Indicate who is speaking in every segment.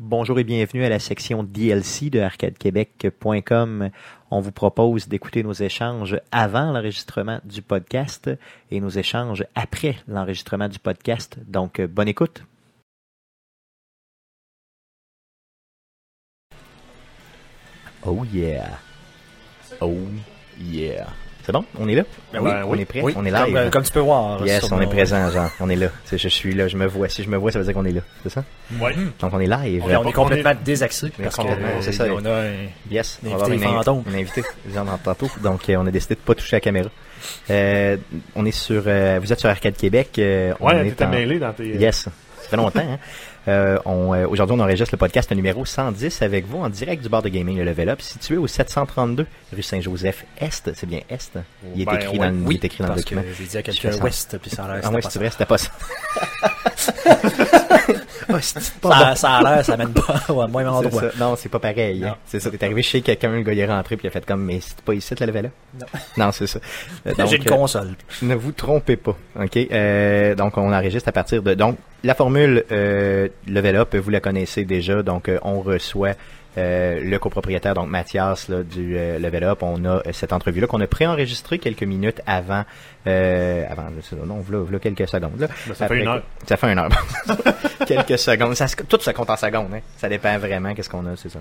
Speaker 1: Bonjour et bienvenue à la section DLC de arcadequebec.com. On vous propose d'écouter nos échanges avant l'enregistrement du podcast et nos échanges après l'enregistrement du podcast. Donc, euh, bonne écoute. Oh yeah. Oh yeah. C'est bon? On est là?
Speaker 2: Ben
Speaker 1: oui,
Speaker 2: ben
Speaker 1: on
Speaker 2: oui.
Speaker 1: est prêt?
Speaker 2: Oui.
Speaker 1: On est live? hein?
Speaker 2: Comme, euh, comme tu peux voir.
Speaker 1: Yes,
Speaker 2: sur
Speaker 1: on est
Speaker 2: nos-
Speaker 1: présent, Jean. On est là. C'est- Je suis là, je me vois. Si je me vois, ça veut dire qu'on est là. C'est ça?
Speaker 3: Ouais.
Speaker 1: Donc on est live. Euh,
Speaker 2: Et on est complètement
Speaker 3: On
Speaker 2: désaxé parce
Speaker 1: complètement,
Speaker 2: que
Speaker 1: c'est ça.
Speaker 2: on a un-
Speaker 1: Yes,
Speaker 2: Un
Speaker 1: on va avoir une,
Speaker 2: invité
Speaker 1: invi-
Speaker 2: fantôme.
Speaker 1: un invité, j'en entends tantôt. Donc, euh, on a décidé de pas toucher à la caméra. Euh, on est sur, euh, vous êtes sur Arcade Québec. euh, on
Speaker 3: Ouais,
Speaker 1: est
Speaker 3: t'étais
Speaker 1: en-
Speaker 3: mêlé dans tes.
Speaker 1: Yes, ça fait longtemps. Hein? Euh, on, euh, aujourd'hui, on enregistre le podcast numéro 110 avec vous en direct du bar de gaming Le Level Up, situé au 732 rue Saint-Joseph Est. C'est bien
Speaker 2: Ah,
Speaker 1: Est. Ah, Il est
Speaker 3: Ben,
Speaker 1: écrit
Speaker 3: ouais.
Speaker 1: dans, le- il
Speaker 2: Oui,
Speaker 1: est écrit dans le
Speaker 2: parce
Speaker 1: document.
Speaker 2: que J'ai dit à
Speaker 1: Je fais
Speaker 2: quelqu'un
Speaker 1: ça.
Speaker 2: ouest, puis ça a l'air.
Speaker 1: Ah
Speaker 2: c'était
Speaker 1: ouais,
Speaker 2: pas
Speaker 1: c'est
Speaker 2: ça.
Speaker 1: vrai, c'était pas ça. Ah, c'est pas bon.
Speaker 2: Ça, ça a l'air, ça mène pas au même
Speaker 1: C'est
Speaker 2: endroit.
Speaker 1: ça. Non, c'est pas pareil. hein.
Speaker 2: Non.
Speaker 1: C'est ça. T'es arrivé chez quelqu'un, le gars il est rentré puis il a fait comme, mais c'est pas ici le level là.
Speaker 2: Non.
Speaker 1: Non, c'est ça. Euh, donc,
Speaker 2: J'ai une
Speaker 1: euh,
Speaker 2: console.
Speaker 1: ne vous trompez pas. Ok. Euh, donc on enregistre à partir de. Donc la formule euh, level up, vous la connaissez déjà. Donc euh, on reçoit. euh, le copropriétaire, donc Mathias là, du euh, Level Up, on a euh, cette entrevue-là qu'on a préenregistrée quelques minutes avant, euh, avant, non, v'là, v'là quelques secondes. Là.
Speaker 3: Ben, ça fait
Speaker 1: Après-
Speaker 3: une heure.
Speaker 1: Ça fait une heure. Quelques secondes. Ça, se- tout se compte en secondes. Hein. Ça dépend vraiment qu'est-ce qu'on a, c'est ça.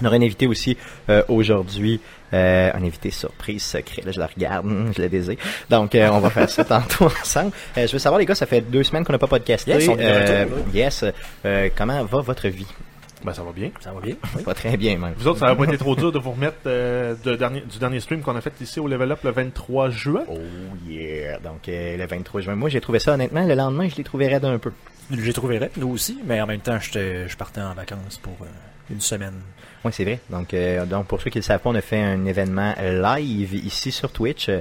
Speaker 1: On aura un invité aussi euh, aujourd'hui, euh, un invité surprise secret. Là, je la regarde, hum, je la désire. Donc, euh, on va faire ça tantôt ensemble. Euh, je veux savoir, les gars, ça fait deux semaines qu'on n'a pas podcasté.
Speaker 2: Yes, on est de
Speaker 1: Euh,
Speaker 2: retour,
Speaker 1: yes. Euh, comment va votre vie?
Speaker 3: Ben, ça va bien.
Speaker 2: Ça va bien? Oui.
Speaker 1: Pas très bien, même.
Speaker 3: Vous autres, ça n'a pas été trop dur de vous remettre euh, de dernier- du dernier stream qu'on a fait ici au Level Up le 23 juin.
Speaker 1: Oh yeah! Donc, euh, le 23 juin. Moi, j'ai trouvé ça, honnêtement, le lendemain, je l'ai trouvé raide un peu.
Speaker 2: J'ai trouvé raide, nous aussi, mais en même temps, j'étais- je partais en vacances pour euh, une semaine.
Speaker 1: Oui, c'est vrai. Donc, euh, donc pour ceux qui ne le savent pas, on a fait un événement live ici sur Twitch, euh,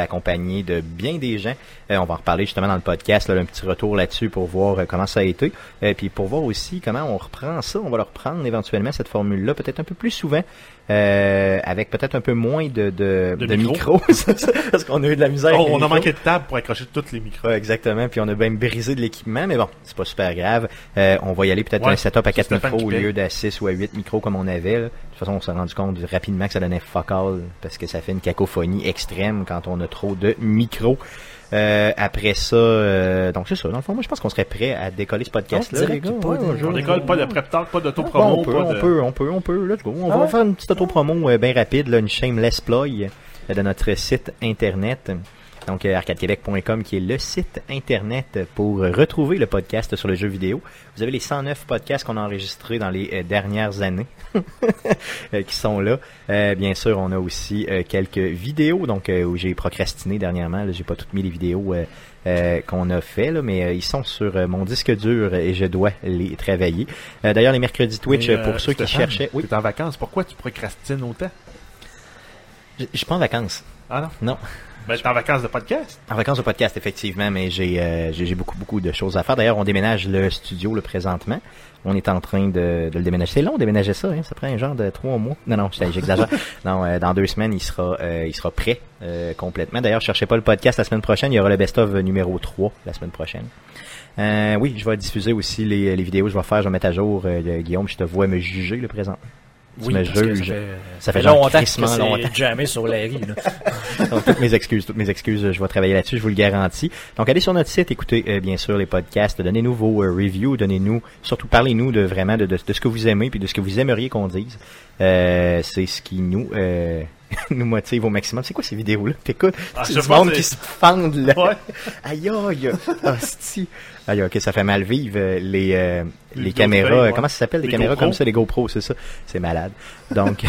Speaker 1: accompagné de bien des gens. Euh, on va en reparler justement dans le podcast, là, un petit retour là-dessus pour voir euh, comment ça a été. et puis pour voir aussi comment on reprend ça, on va le reprendre éventuellement, cette formule-là, peut-être un peu plus souvent, euh, avec peut-être un peu moins de, de,
Speaker 3: De
Speaker 1: de
Speaker 3: micro.
Speaker 1: micros, c'est ça, parce qu'on a eu de la misère.
Speaker 3: Oh,
Speaker 1: avec les
Speaker 3: on a
Speaker 1: micros.
Speaker 3: manqué de table pour accrocher tous les micros.
Speaker 1: Ouais, exactement, puis on a bien brisé de l'équipement, mais bon, c'est pas super grave. Euh, on va y aller peut-être
Speaker 3: Ouais,
Speaker 1: un setup à
Speaker 3: c'est
Speaker 1: 4
Speaker 3: Stéphane
Speaker 1: micros au
Speaker 3: qui paye.
Speaker 1: lieu d'à 6 ou à 8 micros comme on avait. là. De toute façon, on s'est rendu compte rapidement que ça donnait focal parce que ça fait une cacophonie extrême quand on a trop de micros. Euh, après ça, euh, donc c'est ça. Dans le fond, moi je pense qu'on serait prêt à décoller ce podcast-là,
Speaker 2: Non,
Speaker 1: les
Speaker 2: direct,
Speaker 1: gars.
Speaker 2: pas
Speaker 1: Ouais,
Speaker 2: de-
Speaker 1: un jour.
Speaker 3: On décolle pas de prep talk,
Speaker 1: Ah,
Speaker 3: pas
Speaker 1: Bon,
Speaker 3: d'autopromo,
Speaker 1: on, peut,
Speaker 3: pas
Speaker 1: on
Speaker 3: de...
Speaker 1: peut, on peut, on peut, let's go. On
Speaker 2: Ah
Speaker 1: va
Speaker 2: ouais?
Speaker 1: faire une petite auto-promo euh, bien rapide, là, une shameless ploy euh, de notre site internet. Donc euh, arcadequebec.com qui est le site internet pour euh, retrouver le podcast sur le jeu vidéo. Vous avez les 109 podcasts qu'on a enregistrés dans les euh, dernières années euh, qui sont là. Euh, bien sûr, on a aussi euh, quelques vidéos donc euh, où j'ai procrastiné dernièrement. là, J'ai pas toutes mis les vidéos euh, euh, qu'on a fait, là, mais euh, ils sont sur euh, mon disque dur et je dois les travailler. Euh, D'ailleurs, les mercredis Twitch
Speaker 3: Mais,
Speaker 1: euh, pour
Speaker 3: euh,
Speaker 1: ceux qui
Speaker 3: Stéphane,
Speaker 1: cherchaient. Oui,
Speaker 3: T'es en vacances, pourquoi tu procrastines autant?
Speaker 1: je je suis pas en vacances.
Speaker 3: Ah non?
Speaker 1: Non.
Speaker 3: Ben, t'es en vacances de podcast?
Speaker 1: En vacances au podcast, effectivement, mais j'ai euh, j'ai j'ai beaucoup, beaucoup de choses à faire. D'ailleurs, on déménage le studio le présentement. On est en train de, de le déménager. C'est long déménager ça, hein? ça prend un genre de trois mois. Non, non, je- j'exagère. non, euh, dans deux semaines, il sera euh, il sera prêt euh, complètement. D'ailleurs, cherchez pas le podcast la semaine prochaine. Il y aura le best-of numéro 3 la semaine prochaine. Euh, oui, je vais diffuser aussi les, les vidéos que je vais faire. Je vais mettre à jour, euh, le- Guillaume, je te vois me juger le présent. Tu me
Speaker 2: parce que
Speaker 1: juges.
Speaker 2: ça fait,
Speaker 1: Ça fait genre
Speaker 2: longtemps que
Speaker 1: crissement longtemps.
Speaker 2: c'est jamais sur la rue. là.
Speaker 1: Donc, toutes mes excuses, toutes mes excuses, je vais travailler là-dessus, je vous le garantis. Donc, allez sur notre site, écoutez euh, bien sûr les podcasts, donnez-nous vos euh, reviews, donnez-nous, surtout parlez-nous de vraiment de, de, de ce que vous aimez puis de ce que vous aimeriez qu'on dise. Euh, c'est ce qui nous euh, nous motive au maximum. C'est quoi ces vidéos-là T'écoutes,
Speaker 3: Ah,
Speaker 1: c'est
Speaker 3: je
Speaker 1: du
Speaker 3: pense
Speaker 1: monde
Speaker 3: que
Speaker 1: qui se fendent là.
Speaker 3: Ouais.
Speaker 1: Aïe aïe, hostie. Aïe, ok, ça fait mal vivre euh, les, euh, les,
Speaker 3: Les vidéos
Speaker 1: caméras.
Speaker 3: pareilles, ouais.
Speaker 1: Comment ça s'appelle les,
Speaker 3: Les
Speaker 1: caméras
Speaker 3: GoPro.
Speaker 1: comme ça, les GoPro, c'est ça. C'est malade. Donc,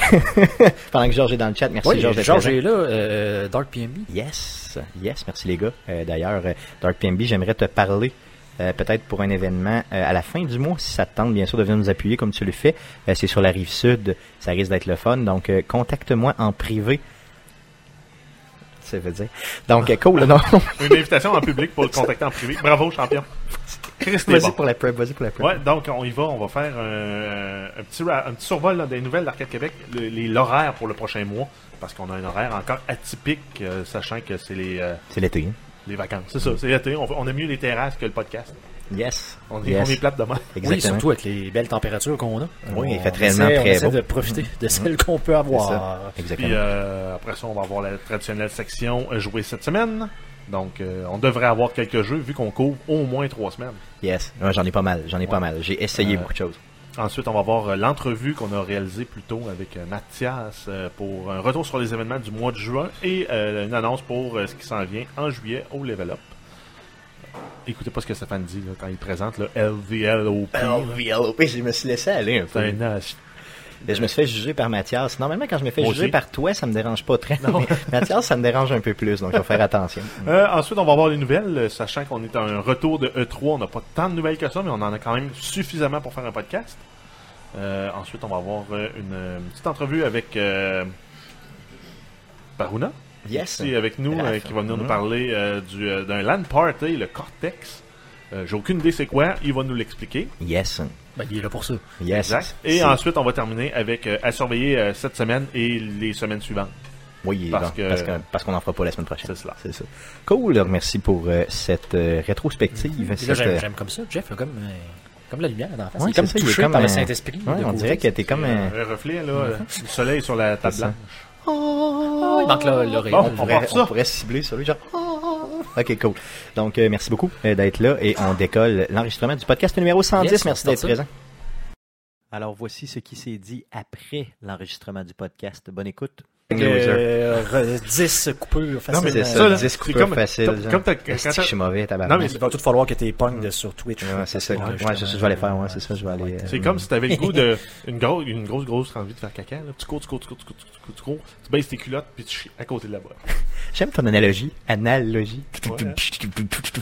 Speaker 1: pendant que Georges est dans le chat, merci
Speaker 2: Oui,
Speaker 1: Georges. d'être
Speaker 2: Georges
Speaker 1: présent.
Speaker 2: est là, euh, Dark PNB.
Speaker 1: Yes, yes, merci les gars. Euh, D'ailleurs, euh, Dark PMB, j'aimerais te parler euh, peut-être pour un événement euh, à la fin du mois, si ça te tente bien sûr de venir nous appuyer comme tu le fais. Euh, C'est sur la rive sud, ça risque d'être le fun. Donc, euh, contacte-moi en privé. Ça veut dire. Donc, euh, cool, non?
Speaker 3: Une invitation en public pour le contacter en privé. Bravo, champion. Chris, t'es
Speaker 1: vas-y
Speaker 3: bon.
Speaker 1: pour la prep, vas-y pour la prep.
Speaker 3: Ouais, donc on y va, on va faire euh, un, petit, ra- un petit survol là, des nouvelles d'Arcade Québec, le- les- l'horaire pour le prochain mois, parce qu'on a un horaire encore atypique, euh, sachant que c'est les, euh,
Speaker 1: C'est l'été. hein.
Speaker 3: les vacances. C'est ça, c'est l'été, on, fait- on aime mieux les terrasses que le podcast.
Speaker 1: Yes.
Speaker 3: On est,
Speaker 1: Yes.
Speaker 3: on est plate demain.
Speaker 2: Oui,
Speaker 1: Exactement.
Speaker 2: surtout avec les belles températures qu'on a.
Speaker 1: Oui, il
Speaker 2: On
Speaker 1: fait tellement
Speaker 2: essaie- on
Speaker 1: très
Speaker 2: essaie
Speaker 1: beau. Mm-hmm.
Speaker 2: de profiter de celles qu'on peut
Speaker 1: C'est
Speaker 2: avoir.
Speaker 1: ça. Exactement.
Speaker 3: Puis euh, après ça, on va avoir la traditionnelle section euh, jouer cette semaine. Donc, euh, on devrait avoir quelques jeux vu qu'on couvre au moins trois semaines.
Speaker 1: Yes. Ouais, j'en ai pas mal. J'en ai pas mal. J'ai essayé
Speaker 3: Euh,
Speaker 1: beaucoup de choses.
Speaker 3: Ensuite, on va voir euh, l'entrevue qu'on a réalisée plus tôt avec euh, Mathias euh, pour un retour sur les événements du mois de juin et euh, une annonce pour euh, ce qui s'en vient en juillet au Level Up. Écoutez pas ce que Stéphane dit là, quand il présente le LVLOP.
Speaker 1: ben, LVLOP, je me suis laissé aller un
Speaker 3: C'est un as-
Speaker 1: Mais Ben, je me suis fait juger par Mathias. Normalement, quand je me fais
Speaker 3: Moi
Speaker 1: juger
Speaker 3: aussi.
Speaker 1: par toi, ça me dérange pas très. mais Mathias, ça me dérange un peu plus, donc il faut faire attention.
Speaker 3: Euh, ensuite, on va voir les nouvelles, euh, sachant qu'on est à un retour de E3. On n'a pas tant de nouvelles que ça, mais on en a quand même suffisamment pour faire un podcast. Euh, ensuite, on va avoir euh, une euh, petite entrevue avec euh, Baruna,
Speaker 1: Yes.
Speaker 3: qui est avec nous,
Speaker 1: Raph.
Speaker 3: euh, qui va venir nous
Speaker 1: Mhm.
Speaker 3: parler euh, du, euh, d'un land party, le Cortex. Euh, J'ai aucune idée c'est quoi, il va nous l'expliquer.
Speaker 1: Yes.
Speaker 2: Ben, il est là pour ça.
Speaker 1: Yes.
Speaker 3: Exact. Et
Speaker 1: C'est-
Speaker 3: ensuite, on va terminer avec euh, à surveiller euh, cette semaine et les semaines suivantes.
Speaker 1: Oui, il est
Speaker 3: parce
Speaker 1: bon,
Speaker 3: que-
Speaker 1: parce qu'on parce qu'on n'en fera pas la semaine prochaine.
Speaker 3: C'est cela.
Speaker 1: C'est ça. Cool. alors, Merci pour euh, cette euh, rétrospective.
Speaker 2: Et là,
Speaker 1: cette,
Speaker 2: j'aime,
Speaker 1: euh,
Speaker 2: j'aime comme ça. Jeff, là, comme, euh, comme la lumière dans la face.
Speaker 1: Ouais,
Speaker 2: il est comme
Speaker 1: c'est ça, il est
Speaker 2: touché
Speaker 1: comme
Speaker 2: par le
Speaker 1: un-
Speaker 2: Saint-Esprit.
Speaker 1: ouais,
Speaker 2: de
Speaker 1: on
Speaker 2: côté.
Speaker 1: dirait que t'es comme un...
Speaker 3: Euh, un reflet, là, euh, le soleil sur la table
Speaker 1: Mm. Mm-hmm. C'est ça.
Speaker 3: blanche. Oh,
Speaker 2: Ah, il manque la- l'oreille.
Speaker 3: Bon,
Speaker 1: on,
Speaker 3: on
Speaker 1: pourrait,
Speaker 3: part
Speaker 1: on
Speaker 3: ça.
Speaker 1: pourrait cibler sur lui, genre. Ok, cool. Donc, euh, merci beaucoup euh, d'être là et on décolle l'enregistrement du podcast numéro 110.
Speaker 2: Yes,
Speaker 1: merci
Speaker 2: on
Speaker 1: d'être
Speaker 2: sort ça.
Speaker 1: présent. Alors, voici ce qui s'est dit après l'enregistrement du podcast. Bonne écoute.
Speaker 2: Euh, re- 10 coupures facilement.
Speaker 1: c'est
Speaker 3: ça,
Speaker 1: ça,
Speaker 3: là,
Speaker 1: le disque
Speaker 3: c'est
Speaker 1: coupure
Speaker 3: comme-
Speaker 1: facile.
Speaker 3: comme-
Speaker 1: genre.
Speaker 3: comme t'as-
Speaker 1: Esti,
Speaker 3: quand
Speaker 1: Je
Speaker 3: t'as-
Speaker 1: suis mauvais, tabarnak.
Speaker 3: Non, mais
Speaker 2: Il va tout falloir que t'es pognes de- sur Twitch.
Speaker 1: Ouais, c'est ça.
Speaker 2: Parce que,
Speaker 1: Ouais, c'est ça, je vais aller faire, ouais, c'est ça, je vais aller, euh,
Speaker 2: Ouais.
Speaker 3: C'est comme si t'avais le goût de une grosse, une grosse, grosse envie de faire caca. Là. Tu cours, tu cours, tu cours, tu cours, tu cours, tu cours, tu baisses tes culottes puis tu chies à côté de la boîte.
Speaker 1: J'aime ton analogie. Analogie.
Speaker 3: Ouais.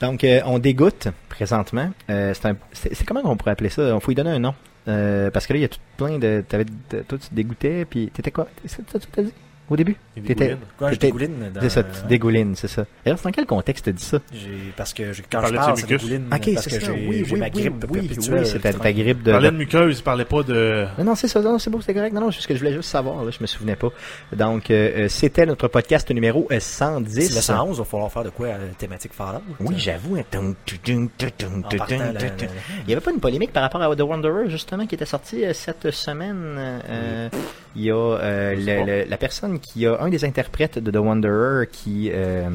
Speaker 1: Donc, euh, on dégoûte présentement. Euh, c'est un- c'est c'est comment on pourrait appeler ça Il faut y donner un nom. Euh, parce que là, il y a tout plein de. T'avais, de- toi, tu te dégoûtais, puis t'étais quoi C'est ça que t'as dit au début
Speaker 3: Il y a des
Speaker 1: T'étais-
Speaker 3: boulines.
Speaker 2: Quoi, je
Speaker 1: T'étais-
Speaker 2: dégouline dans-
Speaker 1: C'est ça, tu te dégoulines, c'est ça. D'ailleurs, c'est dans quel contexte tu dis ça
Speaker 2: J'ai- Parce que je- quand
Speaker 3: Parler
Speaker 2: je
Speaker 3: de
Speaker 2: parle,
Speaker 3: ses
Speaker 2: ça
Speaker 3: mucus.
Speaker 2: dégouline.
Speaker 1: Ok,
Speaker 2: parce
Speaker 1: c'est
Speaker 2: que
Speaker 1: ça.
Speaker 2: j'ai,
Speaker 1: Oui,
Speaker 2: j'ai
Speaker 1: oui,
Speaker 2: ma grippe
Speaker 1: oui, oui,
Speaker 2: perpétuelle.
Speaker 1: oui, c'est ta, ta grippe
Speaker 3: Il
Speaker 1: de.
Speaker 3: parlait de muqueuse, il parlait pas de.
Speaker 1: Non, non, c'est ça, non, c'est beau, c'est correct. Non, non, c'est ce que je voulais juste savoir, là, je me souvenais pas. Donc, euh, euh, c'était notre podcast numéro euh, 110.
Speaker 2: Si le 111, il va falloir faire de quoi euh, thématique Fallout.
Speaker 1: Oui,
Speaker 2: j'aime.
Speaker 1: j'avoue. hein. Tum, tu, tum, tu, tum,
Speaker 2: En
Speaker 1: tu,
Speaker 2: partant, euh,
Speaker 1: tum,
Speaker 2: la-
Speaker 1: tu,
Speaker 2: la-
Speaker 1: tum.
Speaker 2: la-
Speaker 1: Il n'y avait pas une polémique par rapport à The Wanderer, justement, qui était sorti euh, cette semaine. euh, Il y a euh,
Speaker 3: Je
Speaker 1: le-
Speaker 3: sais pas.
Speaker 1: le- la personne qui a un des interprètes de The Wanderer qui euh,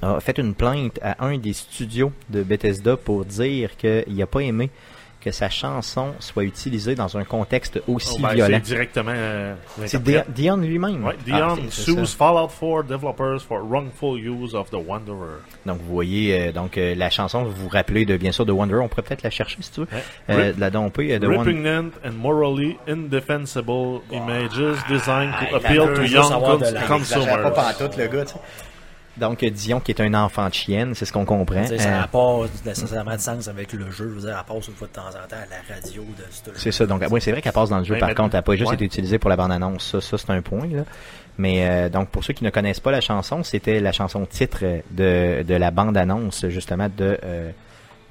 Speaker 1: a fait une plainte à un des studios de Bethesda pour dire qu'il n'a pas aimé que sa chanson soit utilisée dans un contexte aussi
Speaker 3: Oh, ben, c'est
Speaker 1: violent.
Speaker 3: directement. euh,
Speaker 1: C'est
Speaker 3: l'interprète.
Speaker 1: Dion- Dion
Speaker 2: Hmm.
Speaker 1: lui-même.
Speaker 3: Ouais,
Speaker 1: Ah,
Speaker 3: Dion
Speaker 1: c'est- c'est ça.
Speaker 3: um, sues Fallout 4 developers for wrongful use of the Wanderer.
Speaker 1: Donc vous voyez euh, donc euh, la chanson vous vous rappelez de bien sûr de Wanderer, on pourrait peut-être la chercher si tu veux.
Speaker 2: Eh,
Speaker 3: Ouais.
Speaker 1: Euh,
Speaker 3: Rip-
Speaker 1: de la domper euh, de Wanderer.
Speaker 3: Repugnant and morally indefensible images designed
Speaker 2: Ah, il
Speaker 3: to appeal
Speaker 2: veut
Speaker 3: to
Speaker 2: juste
Speaker 3: young
Speaker 2: avoir de
Speaker 3: cons-
Speaker 2: la-
Speaker 3: consumers.
Speaker 1: le gars, Donc euh, Dion qui est un enfant de chienne, c'est ce qu'on comprend.
Speaker 2: Tu sais,
Speaker 1: Euh,
Speaker 2: Ça n'a pas nécessairement de sens avec le jeu. Je veux dire, à passe une fois de temps en temps à la radio de ce jeu.
Speaker 1: c'est ça. Donc oui, c'est vrai qu'elle passe dans le jeu
Speaker 3: Ouais,
Speaker 1: par
Speaker 3: mais-
Speaker 1: contre, elle n'a pas juste
Speaker 3: ouais.
Speaker 1: été utilisée pour la bande-annonce, ça, ça c'est un point là. Mais euh, donc pour ceux qui ne connaissent pas la chanson, c'était la chanson titre de, de la bande-annonce justement de euh,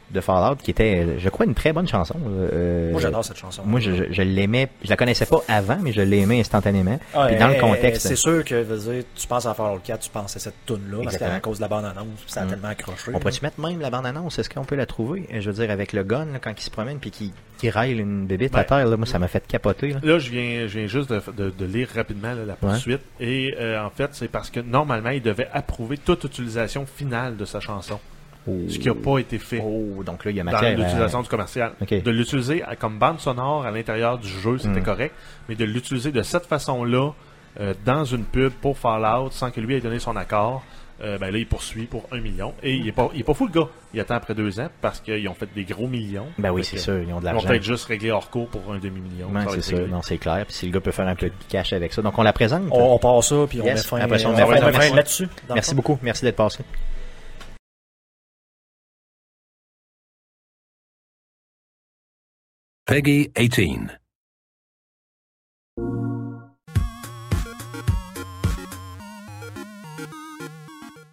Speaker 1: de Fallout qui était euh, je crois une très bonne chanson. euh,
Speaker 2: Moi, j'adore cette chanson.
Speaker 1: Moi, je, je, je l'aimais, je la connaissais pas avant, mais je l'aimais instantanément.
Speaker 2: Ah,
Speaker 1: Puis dans
Speaker 2: eh,
Speaker 1: le contexte.
Speaker 2: eh, C'est sûr que je veux dire, tu penses à Fallout 4, tu penses à cette toune-là, parce
Speaker 1: Exactement.
Speaker 2: qu'à cause de la bande-annonce, puis ça a
Speaker 1: Mm.
Speaker 2: tellement accroché.
Speaker 1: On pourrait-tu mettre même la bande-annonce? Est-ce qu'on peut la trouver? Euh, Je veux dire, avec le gun, là, quand il se promène puis qu'il qu'il raille une bébite à
Speaker 3: Ouais.
Speaker 1: terre, là, moi, ça m'a fait capoter. là.
Speaker 3: Là, je viens, je viens juste de, de- de lire rapidement là, la poursuite. Et euh, en fait, c'est parce que normalement, il devait approuver toute utilisation finale de sa chanson. euh, Ce qui n'a pas été fait
Speaker 1: Oh, donc là, il y a
Speaker 3: dans
Speaker 1: matière. à-
Speaker 3: l'utilisation du commercial.
Speaker 1: Ok.
Speaker 3: De l'utiliser à- comme bande sonore à l'intérieur du jeu, c'était
Speaker 1: Hmm.
Speaker 3: correct. Mais de l'utiliser de cette façon-là euh, dans une pub pour Fallout sans que lui ait donné son accord, euh, ben là, il poursuit pour un million. Et il est pas, il est pas fou, le gars. Il attend après deux ans parce qu'ils ont fait des gros millions.
Speaker 1: Ben oui,
Speaker 3: Fait
Speaker 1: c'est
Speaker 3: que
Speaker 1: sûr, ils ont de
Speaker 3: Ils ont
Speaker 1: l'argent.
Speaker 3: peut-être juste réglé hors cours pour un demi-million.
Speaker 1: Ouais,
Speaker 3: Ça va
Speaker 1: c'est
Speaker 3: être
Speaker 1: sûr,
Speaker 3: réglé.
Speaker 1: non, c'est clair. Puis si le gars peut faire un peu de cash avec ça. Donc, on la présente.
Speaker 2: On, on part ça, puis
Speaker 1: Yes.
Speaker 2: on met fin,
Speaker 1: Après ça, on
Speaker 2: on
Speaker 1: met fin.
Speaker 2: met
Speaker 1: Merci.
Speaker 2: fin là-dessus. dans le
Speaker 1: Merci
Speaker 2: fond.
Speaker 1: beaucoup. Merci d'être passé.
Speaker 4: Peggy 18.